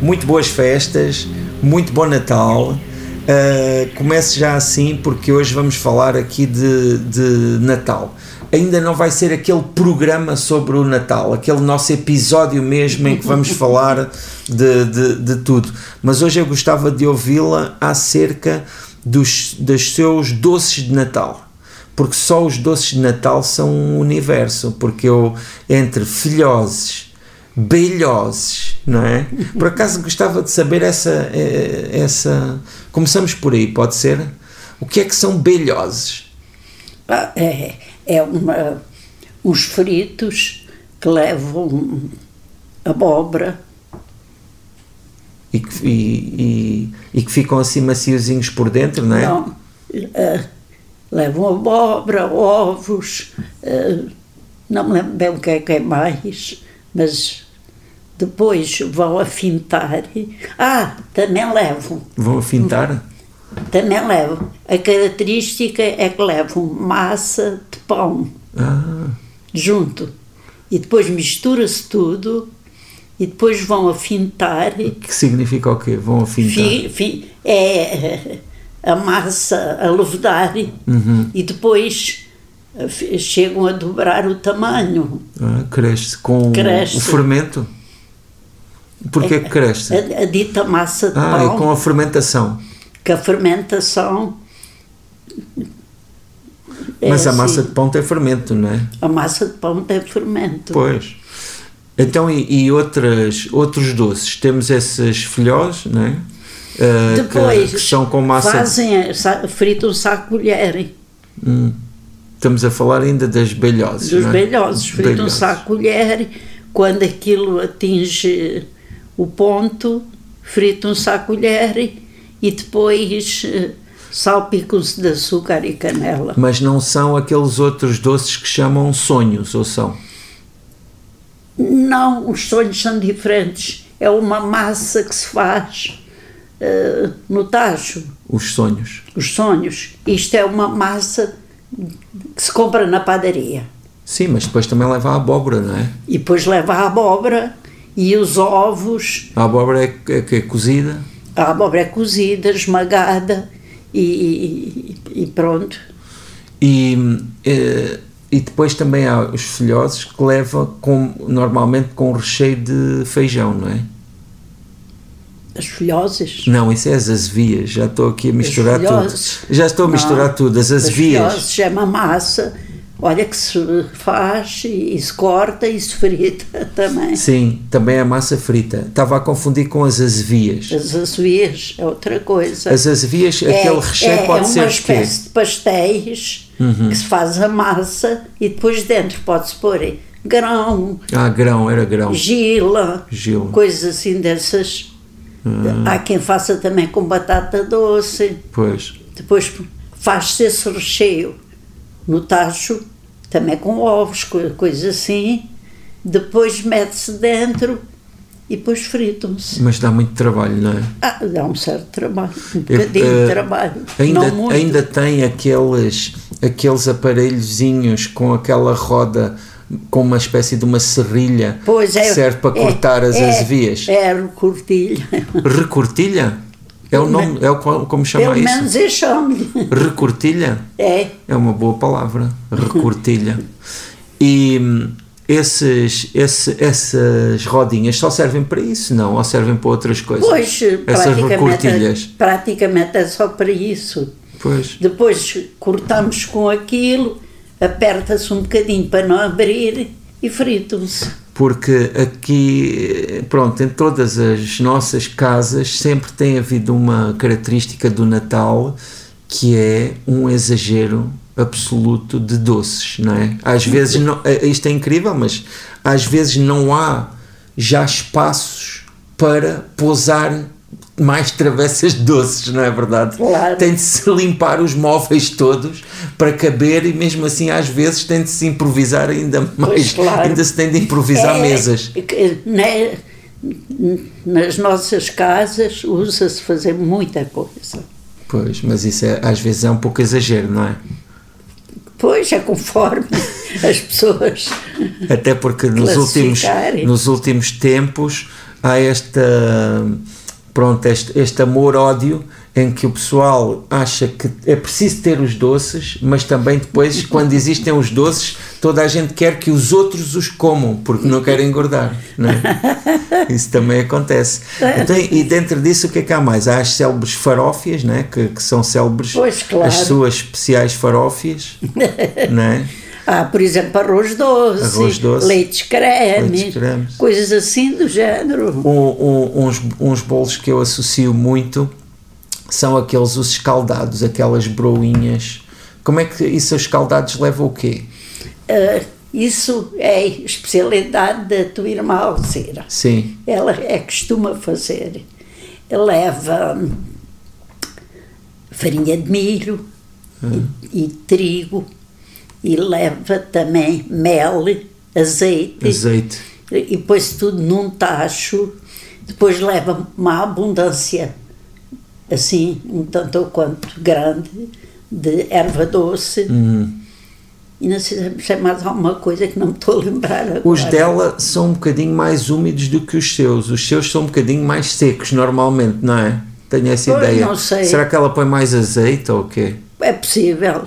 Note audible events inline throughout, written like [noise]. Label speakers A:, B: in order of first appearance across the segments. A: muito boas festas, muito bom Natal. Uh, comece já assim, porque hoje vamos falar aqui de, de Natal. Ainda não vai ser aquele programa sobre o Natal, aquele nosso episódio mesmo em que vamos falar de, de, de tudo. Mas hoje eu gostava de ouvi-la acerca dos, dos seus doces de Natal porque só os doces de Natal são um universo, porque eu entre filhoses, beilhoses, não é? Por acaso gostava de saber essa eh, essa começamos por aí, pode ser? O que é que são beilhoses?
B: Ah, é, é uma, uns fritos que levam abóbora
A: e que, e, e, e que ficam assim maciozinhos por dentro, não é?
B: Não. Ah, levam abóbora, ovos, uh, não me lembro bem o que é que é mais, mas depois vão afintar. Ah, também levam.
A: Vão afintar?
B: Também levam. A característica é que levam massa de pão
A: Ah,
B: junto. E depois mistura-se tudo e depois vão afintar.
A: que significa o quê? Vão afintar?
B: Fi- fi- é a massa a levedar
A: Uhum.
B: e depois eh, fi- chegam a dobrar o tamanho.
A: Ah, cresce com
B: Cresce.
A: o fermento? Porquê que cresce?
B: A, a dita massa de
A: Ah,
B: é pão,
A: é com a fermentação.
B: que a fermentação. é
A: Mas a massa
B: assim.
A: de pão tem fermento, não é?
B: A massa de pão tem fermento.
A: Pois. Então, e, e outras, outros doces? Temos esses filhós, não é? Ah, que-
B: Depois
A: que, são com massa.
B: fazem, a- sa- fritam-se à colher,
A: Estamos a falar ainda das belhoses.
B: dos
A: não é?
B: belhosos, fritam-se à
A: Belhoses.
B: colher, quando aquilo atinge o ponto, fritam-se à colher e depois eh, salpicam-se de açúcar e canela.
A: Mas não são aqueles outros doces que chamam sonhos, ou são?
B: Não, os sonhos são diferentes. É uma massa que se faz eh, no tacho,
A: Os sonhos.
B: os sonhos. Isto é uma massa que se compra na padaria.
A: Sim, mas depois também leva a abóbora, não é?
B: E depois leva a abóbora e os ovos.
A: A abóbora é, é, é cozida.
B: A abóbora é cozida, esmagada e, e- e pronto.
A: E, eh, e depois também há os filhosos que leva com, normalmente com recheio de feijão, não é?
B: As folhosas.
A: Não, isso é as azevias, já estou aqui a misturar tudo.
B: filhoses.
A: Já estou a
B: Não.
A: misturar tudo, as
B: As
A: azevias.
B: folhosas é uma massa, olha que se faz e, e se corta e se frita [laughs] também.
A: Sim, também é a massa frita. Estava a confundir com as azevias.
B: As azuis é outra coisa.
A: As azevias,
B: É-
A: aquele recheio
B: é,
A: pode
B: é
A: ser
B: uma
A: de quê? Uhum.
B: espécie de pastéis que se faz a massa e depois dentro pode-se pôr grão,
A: Ah, grão, era grão.
B: gila,
A: Gila.
B: coisas assim dessas.
A: Ah.
B: Há quem faça também com batata doce.
A: Pois.
B: Depois faz-se esse recheio no tacho, também com ovos, co- coisas assim. Depois mete-se dentro e depois fritam-se.
A: Mas dá muito trabalho, não é?
B: Ah, dá um certo trabalho, um
A: Eu,
B: bocadinho
A: eh,
B: de trabalho. não muito.
A: Ainda, ainda tem aqueles, aqueles aparelhozinhos com aquela roda com uma espécie de uma serrilha
B: pois é,
A: que serve para
B: é-
A: cortar as
B: é,
A: azevias.
B: É, o cortilho.
A: Recortilha? É o nome, é o qual- como
B: Pelo
A: chama isso?
B: menos eu chamo-lhe.
A: Recortilha?
B: É.
A: É uma boa palavra, recortilha. e hum, esses, esse- essas rodinhas só servem para isso, não? Ou servem para outras coisas?
B: Pois,
A: Essas
B: praticamente,
A: recortilhas.
B: é- praticamente é só para isso.
A: Pois.
B: Depois cortamos com aquilo, aperta-se um bocadinho para não abrir e fritam-se.
A: porque aqui, pronto, em todas as nossas casas sempre tem havido uma característica do Natal que é um exagero absoluto de doces, não é? Às vezes, não, eh, isto é incrível, mas às vezes não há já espaços para pousar mais travessas de doces, não é verdade?
B: Claro.
A: Tem de se limpar os móveis todos para caber e mesmo assim às vezes tem de se improvisar ainda mais,
B: claro.
A: ainda se tem de improvisar
B: É,
A: mesas.
B: que, né, nas nossas casas usa-se fazer muita coisa.
A: Pois, mas isso é, às vezes é um pouco exagero, não é?
B: Pois é conforme [laughs] as pessoas
A: Até porque nos últimos,
B: Classificar.
A: nos últimos tempos há esta pronto, este, este amor-ódio em que o pessoal acha que é preciso ter os doces, mas também
B: [laughs]
A: depois, quando existem os doces, toda a gente quer que os outros os comam, porque não quer engordar. Não
B: [laughs]
A: é? Isso também acontece. Então, e dentro disso, o que é que há mais? Há as célebres farófias, não é? que, que são célebres,
B: Pois, claro.
A: as suas especiais
B: [laughs]
A: farófias. Não é?
B: Há, por exemplo, arroz doce,
A: Arroz doce,
B: leites cremes,
A: leites cremes.
B: coisas assim do género.
A: Um- um- uns, uns bolos que eu associo muito são aqueles os escaldados, aquelas broinhas. Como é que isso, os escaldados, leva o quê?
B: Ah, isso é especialidade da tua irmã Alzira.
A: Sim,
B: Ela é que costuma fazer. Leva hum, farinha de milho e, e trigo e leva também mel, azeite.
A: azeite.
B: e pôs tudo num tacho, depois leva uma abundância, assim, um tanto ou quanto grande, de erva doce.
A: Uhum.
B: E não sei se é mais alguma coisa que não me estou a lembrar agora.
A: Os dela são um bocadinho mais úmidos do que os seus. Os seus são um bocadinho mais secos, normalmente, não é? Tenho essa
B: Pois,
A: ideia.
B: não sei.
A: Será que ela põe mais azeite ou o quê?
B: É possível.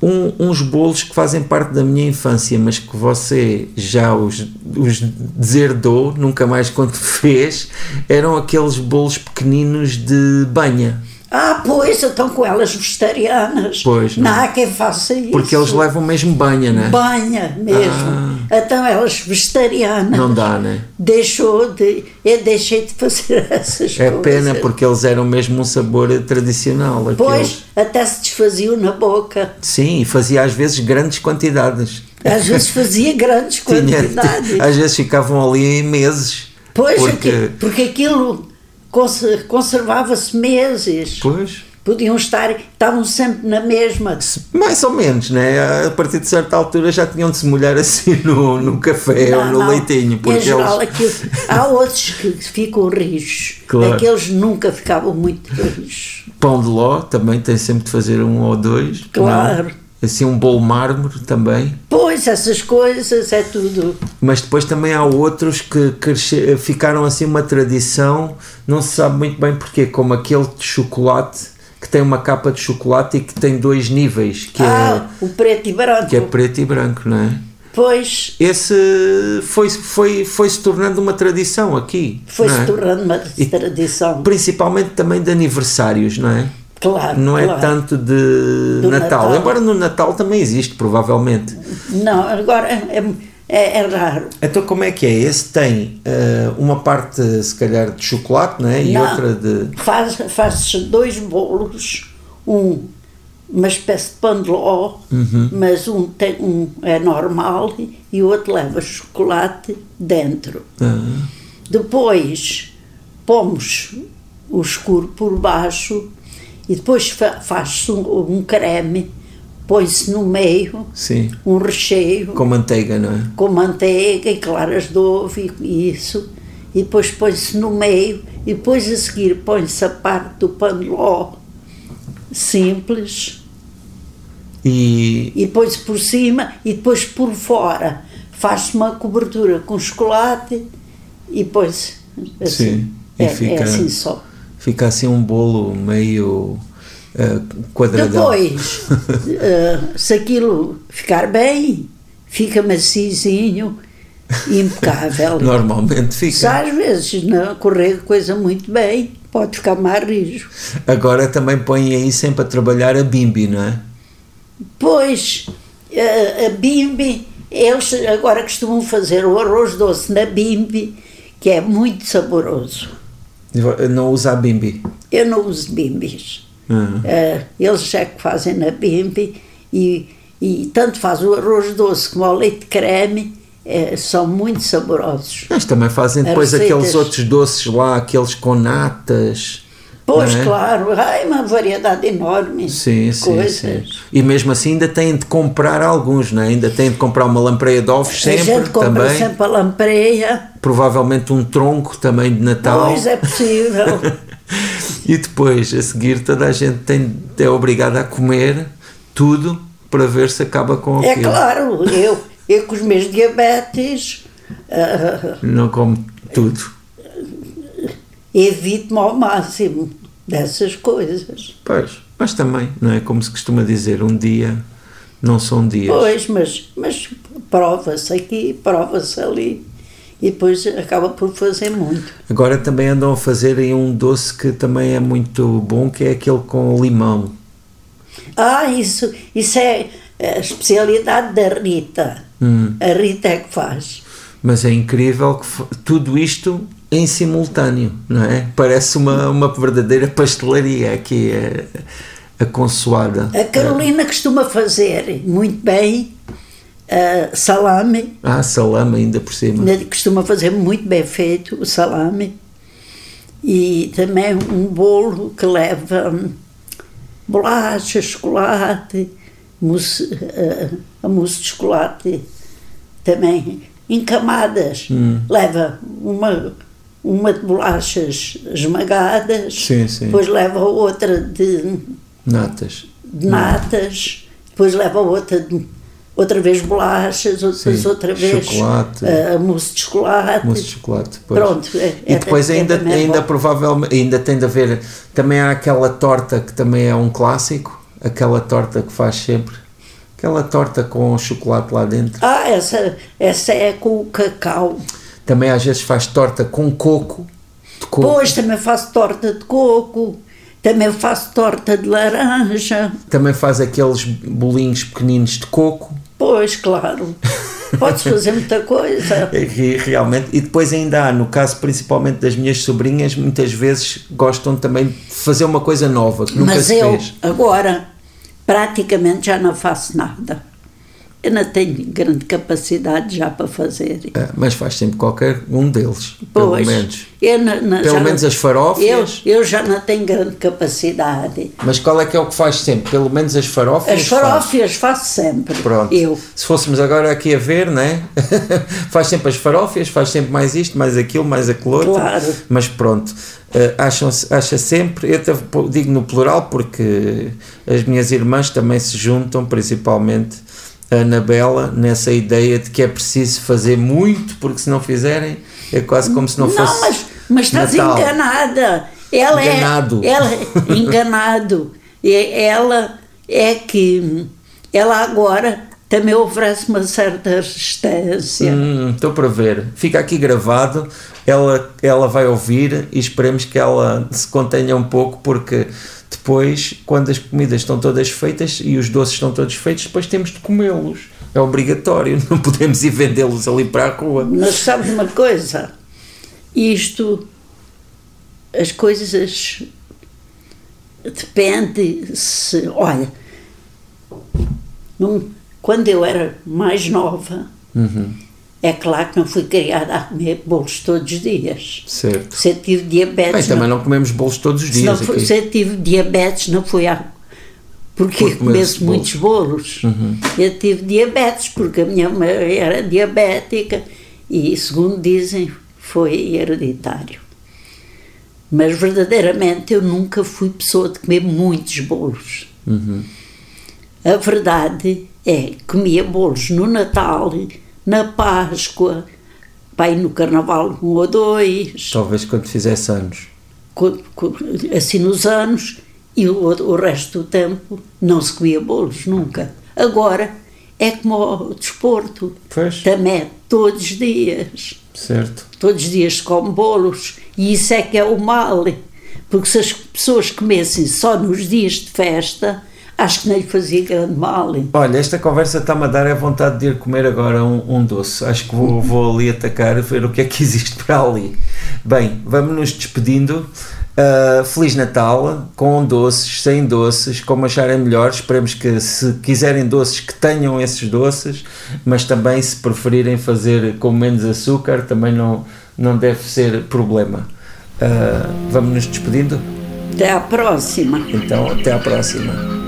A: Um- uns bolos que fazem parte da minha infância, mas que você já os, os deserdou, nunca mais quando [laughs] fez, eram aqueles bolos pequeninos de banha,
B: Ah, pois, estão com elas vegetarianas.
A: Pois,
B: não.
A: não.
B: há quem faça isso.
A: porque eles levam mesmo banha, né?
B: Banha mesmo. Então elas vegetarianas.
A: Não dá, né?
B: Deixou de. Eu deixei de fazer [laughs] essas
A: É
B: coisas.
A: pena porque eles eram mesmo um sabor tradicional. aqueles.
B: Pois, até se desfaziam na boca.
A: Sim, e fazia às vezes grandes quantidades.
B: Às vezes fazia grandes
A: [laughs] Tinha- [laughs]
B: quantidades.
A: às vezes ficavam ali meses.
B: Pois,
A: porque,
B: porque, porque aquilo conser- conservava-se meses.
A: Pois,
B: Podiam estar, estavam sempre na mesma.
A: mais ou menos, né? A partir de certa altura já tinham de se molhar assim no, no café ou
B: Não,
A: no
B: não.
A: leitinho. Porque
B: em geral,
A: eles,
B: aquilo-
A: [laughs]
B: há outros que ficam rijos.
A: Claro.
B: Aqueles nunca ficavam muito rijos.
A: pão de ló também tem sempre de fazer um ou dois. não é?
B: Claro.
A: Assim, um bolo mármore também.
B: Pois, essas coisas é tudo.
A: Mas depois também há outros que cresce- ficaram assim uma tradição, não se sabe muito bem porquê, como aquele de chocolate que tem uma capa de chocolate e que tem dois níveis, que,
B: ah, o preto e branco.
A: é, que é preto e branco, não é?
B: Pois,
A: Esse foi, foi, foi se tornando uma tradição aqui.
B: foi-se
A: não é?
B: tornando uma tradição.
A: Principalmente também de aniversários, não é?
B: Claro.
A: Não é
B: claro.
A: tanto de
B: Do
A: Natal.
B: Natal.
A: Embora no Natal também existe, provavelmente.
B: Não, agora é, é- é raro.
A: Então como é que é? Esse tem eh, uma parte, se calhar, de chocolate, não é? E
B: Não.
A: outra de...
B: Faz- Faz-se dois bolos, um uma espécie de pão de ló, mas um, tem, um é normal e o outro leva chocolate dentro.
A: Ah,
B: Depois pomos o escuro por baixo e depois fa- faz-se um, um creme, põe-se no meio
A: sim.
B: um recheio.
A: Com manteiga, não é?
B: com manteiga e claras de ovo e- e isso, e depois põe-se no meio, e depois a seguir põe-se a parte do pão de ló simples,
A: E...
B: e põe-se por cima, e depois por fora faz-se uma cobertura com chocolate e põe-se assim.
A: Sim, e
B: é, é
A: fica-
B: assim só.
A: Fica assim um bolo meio eh, quadradão.
B: Depois, eh, se aquilo ficar bem, fica
A: [laughs]
B: macizinho, impecável.
A: Normalmente fica.
B: Se às vezes não correr coisa muito bem, pode ficar mais rijo.
A: Agora também põem aí sempre a trabalhar a bimbi, não é?
B: Pois, eh, a bimbi, eles agora costumam fazer o arroz doce na bimbi, que é muito saboroso.
A: Não usa a bimbi.
B: Eu não uso bimbis.
A: Ah.
B: Eh, eles é que fazem na bimbi e, e tanto faz o arroz doce como o leite creme, eh, são muito saborosos.
A: Eles também fazem
B: As
A: depois
B: receitas.
A: aqueles outros doces lá, aqueles com natas.
B: Pois,
A: não é?
B: claro, há uma variedade enorme
A: Sim,
B: de
A: sim,
B: coisas.
A: sim. E mesmo assim ainda têm de comprar alguns, não é? Ainda têm de comprar uma lampreia de ovos
B: a
A: sempre
B: gente compra
A: também.
B: sempre a lampreia.
A: Provavelmente um tronco também de Natal.
B: Pois é possível.
A: [laughs] E depois, a seguir, toda a gente tem, é obrigada a comer tudo para ver se acaba com
B: é
A: aquilo.
B: claro, eu, eu com os meus diabetes, ah,
A: Não come tudo.
B: evito-me ao máximo dessas coisas.
A: Pois, mas também, não é? Como se costuma dizer, um dia não são dias.
B: Pois, mas, mas prova-se aqui, prova-se ali. E depois acaba por fazer muito.
A: Agora também andam a fazer aí um doce que também é muito bom, que é aquele com limão.
B: Ah, isso, isso é a especialidade da Rita.
A: Hum.
B: A Rita é que faz.
A: Mas é incrível que fo- tudo isto em simultâneo, não é? Parece uma, uma verdadeira pastelaria aqui, é, a consoada.
B: A Carolina costuma fazer muito bem ah, salame,
A: Ah, salame ainda por cima.
B: né, costuma fazer muito bem feito o salame e também um bolo que leva hum, bolacha, chocolate, mousse, ah, a mousse de chocolate também em camadas.
A: Hum.
B: Leva uma, uma de bolachas esmagadas,
A: Sim, sim.
B: depois leva outra de
A: Natas.
B: de natas, depois leva outra, de- outra vez bolachas, outras
A: Sim,
B: outra vez
A: chocolate.
B: ah, mousse de chocolate.
A: Mousse de chocolate. Pois.
B: Pronto, é-
A: e
B: é-
A: depois
B: é
A: ainda,
B: também
A: ainda
B: bom.
A: provavelmente, ainda tem de haver, também há aquela torta que também é um clássico, aquela torta que faz sempre, aquela torta com chocolate lá dentro.
B: Ah, essa, essa é com o cacau.
A: Também às vezes faz torta com coco, de coco.
B: Pois também faço torta de coco, também faço torta de laranja.
A: Também faz aqueles bolinhos pequeninos de coco. [laughs]
B: Pois, claro. Pode-se fazer muita coisa.
A: É que Realmente, e depois ainda há, no caso principalmente das minhas sobrinhas, muitas vezes gostam também de fazer uma coisa nova que nunca
B: Mas
A: se
B: eu
A: fez.
B: agora praticamente já não faço nada. Eu não tenho grande capacidade já para fazer.
A: Ah, Mas faz sempre qualquer um deles, pelo
B: Pois,
A: menos.
B: eu na- na-
A: Pelo
B: já
A: menos
B: não-
A: as farófias.
B: Eu, eu já não tenho grande capacidade.
A: Mas qual é que é o que faz sempre? Pelo menos as farófias.
B: As
A: faz.
B: farófias faço sempre.
A: Pronto.
B: Eu.
A: Se fôssemos agora aqui a ver, né? [laughs] faz sempre as farófias, faz sempre mais isto, mais aquilo, mais aquilo outro.
B: Claro.
A: Mas pronto, eh, acham -se, acha sempre, eu até po- digo no plural porque as minhas irmãs também se juntam, principalmente a Anabela, nessa ideia de que é preciso fazer muito, porque se não fizerem é quase como se não,
B: Não,
A: fosse.
B: mas, mas estás
A: Natal.
B: enganada. Ela
A: Enganado. [laughs]
B: é. Ela é enganado. E ela é que. Ela agora também oferece uma certa resistência.
A: Hum, Estou para ver. Fica aqui gravado. Ela, ela vai ouvir e esperemos que ela se contenha um pouco, porque depois, quando as comidas estão todas feitas e os doces estão todos feitos, depois temos de comê-los. É obrigatório, [laughs] não podemos ir vendê-los ali para a rua.
B: Mas sabes uma coisa? Isto, as coisas depende se. Olha, num- quando eu era mais nova,
A: Uhum.
B: é claro que não fui criada a comer bolos todos os dias.
A: Certo.
B: Se eu tive
A: Bem,
B: diabetes,
A: também
B: não,
A: não comemos bolos todos os
B: se, não
A: dias
B: fui-
A: aqui.
B: se eu tive diabetes, não foi a porque
A: Por
B: eu comesse
A: comer Uhum.
B: muitos bolos. Eu tive diabetes, porque a minha mãe era diabética e, segundo dizem, foi hereditário. Mas verdadeiramente eu nunca fui pessoa de comer muitos bolos.
A: Uhum.
B: A verdade é que comia bolos no Natal, na Páscoa, pai no Carnaval um ou dois
A: Talvez quando fizesse anos.
B: co- co- assim nos anos e o, o resto do tempo não se comia bolos nunca. Agora é como o desporto,
A: Pois.
B: também é todos os dias,
A: Certo.
B: todos os dias se come bolos e isso é que é o mal, porque se as pessoas comessem só nos dias de festa, acho que não lhe fazia grande mal.
A: Olha, esta conversa está-me a dar a vontade de ir comer agora um, um doce. Acho que vou, vou ali atacar e ver o que é que existe para ali. Bem, vamos nos despedindo. Ah, Feliz Natal, com doces, sem doces, como acharem melhor. Esperemos que, se quiserem doces, que tenham esses doces, mas também, se preferirem fazer com menos açúcar, também não, não deve ser problema. Ah, vamos nos despedindo?
B: Até à próxima.
A: Então, até à próxima.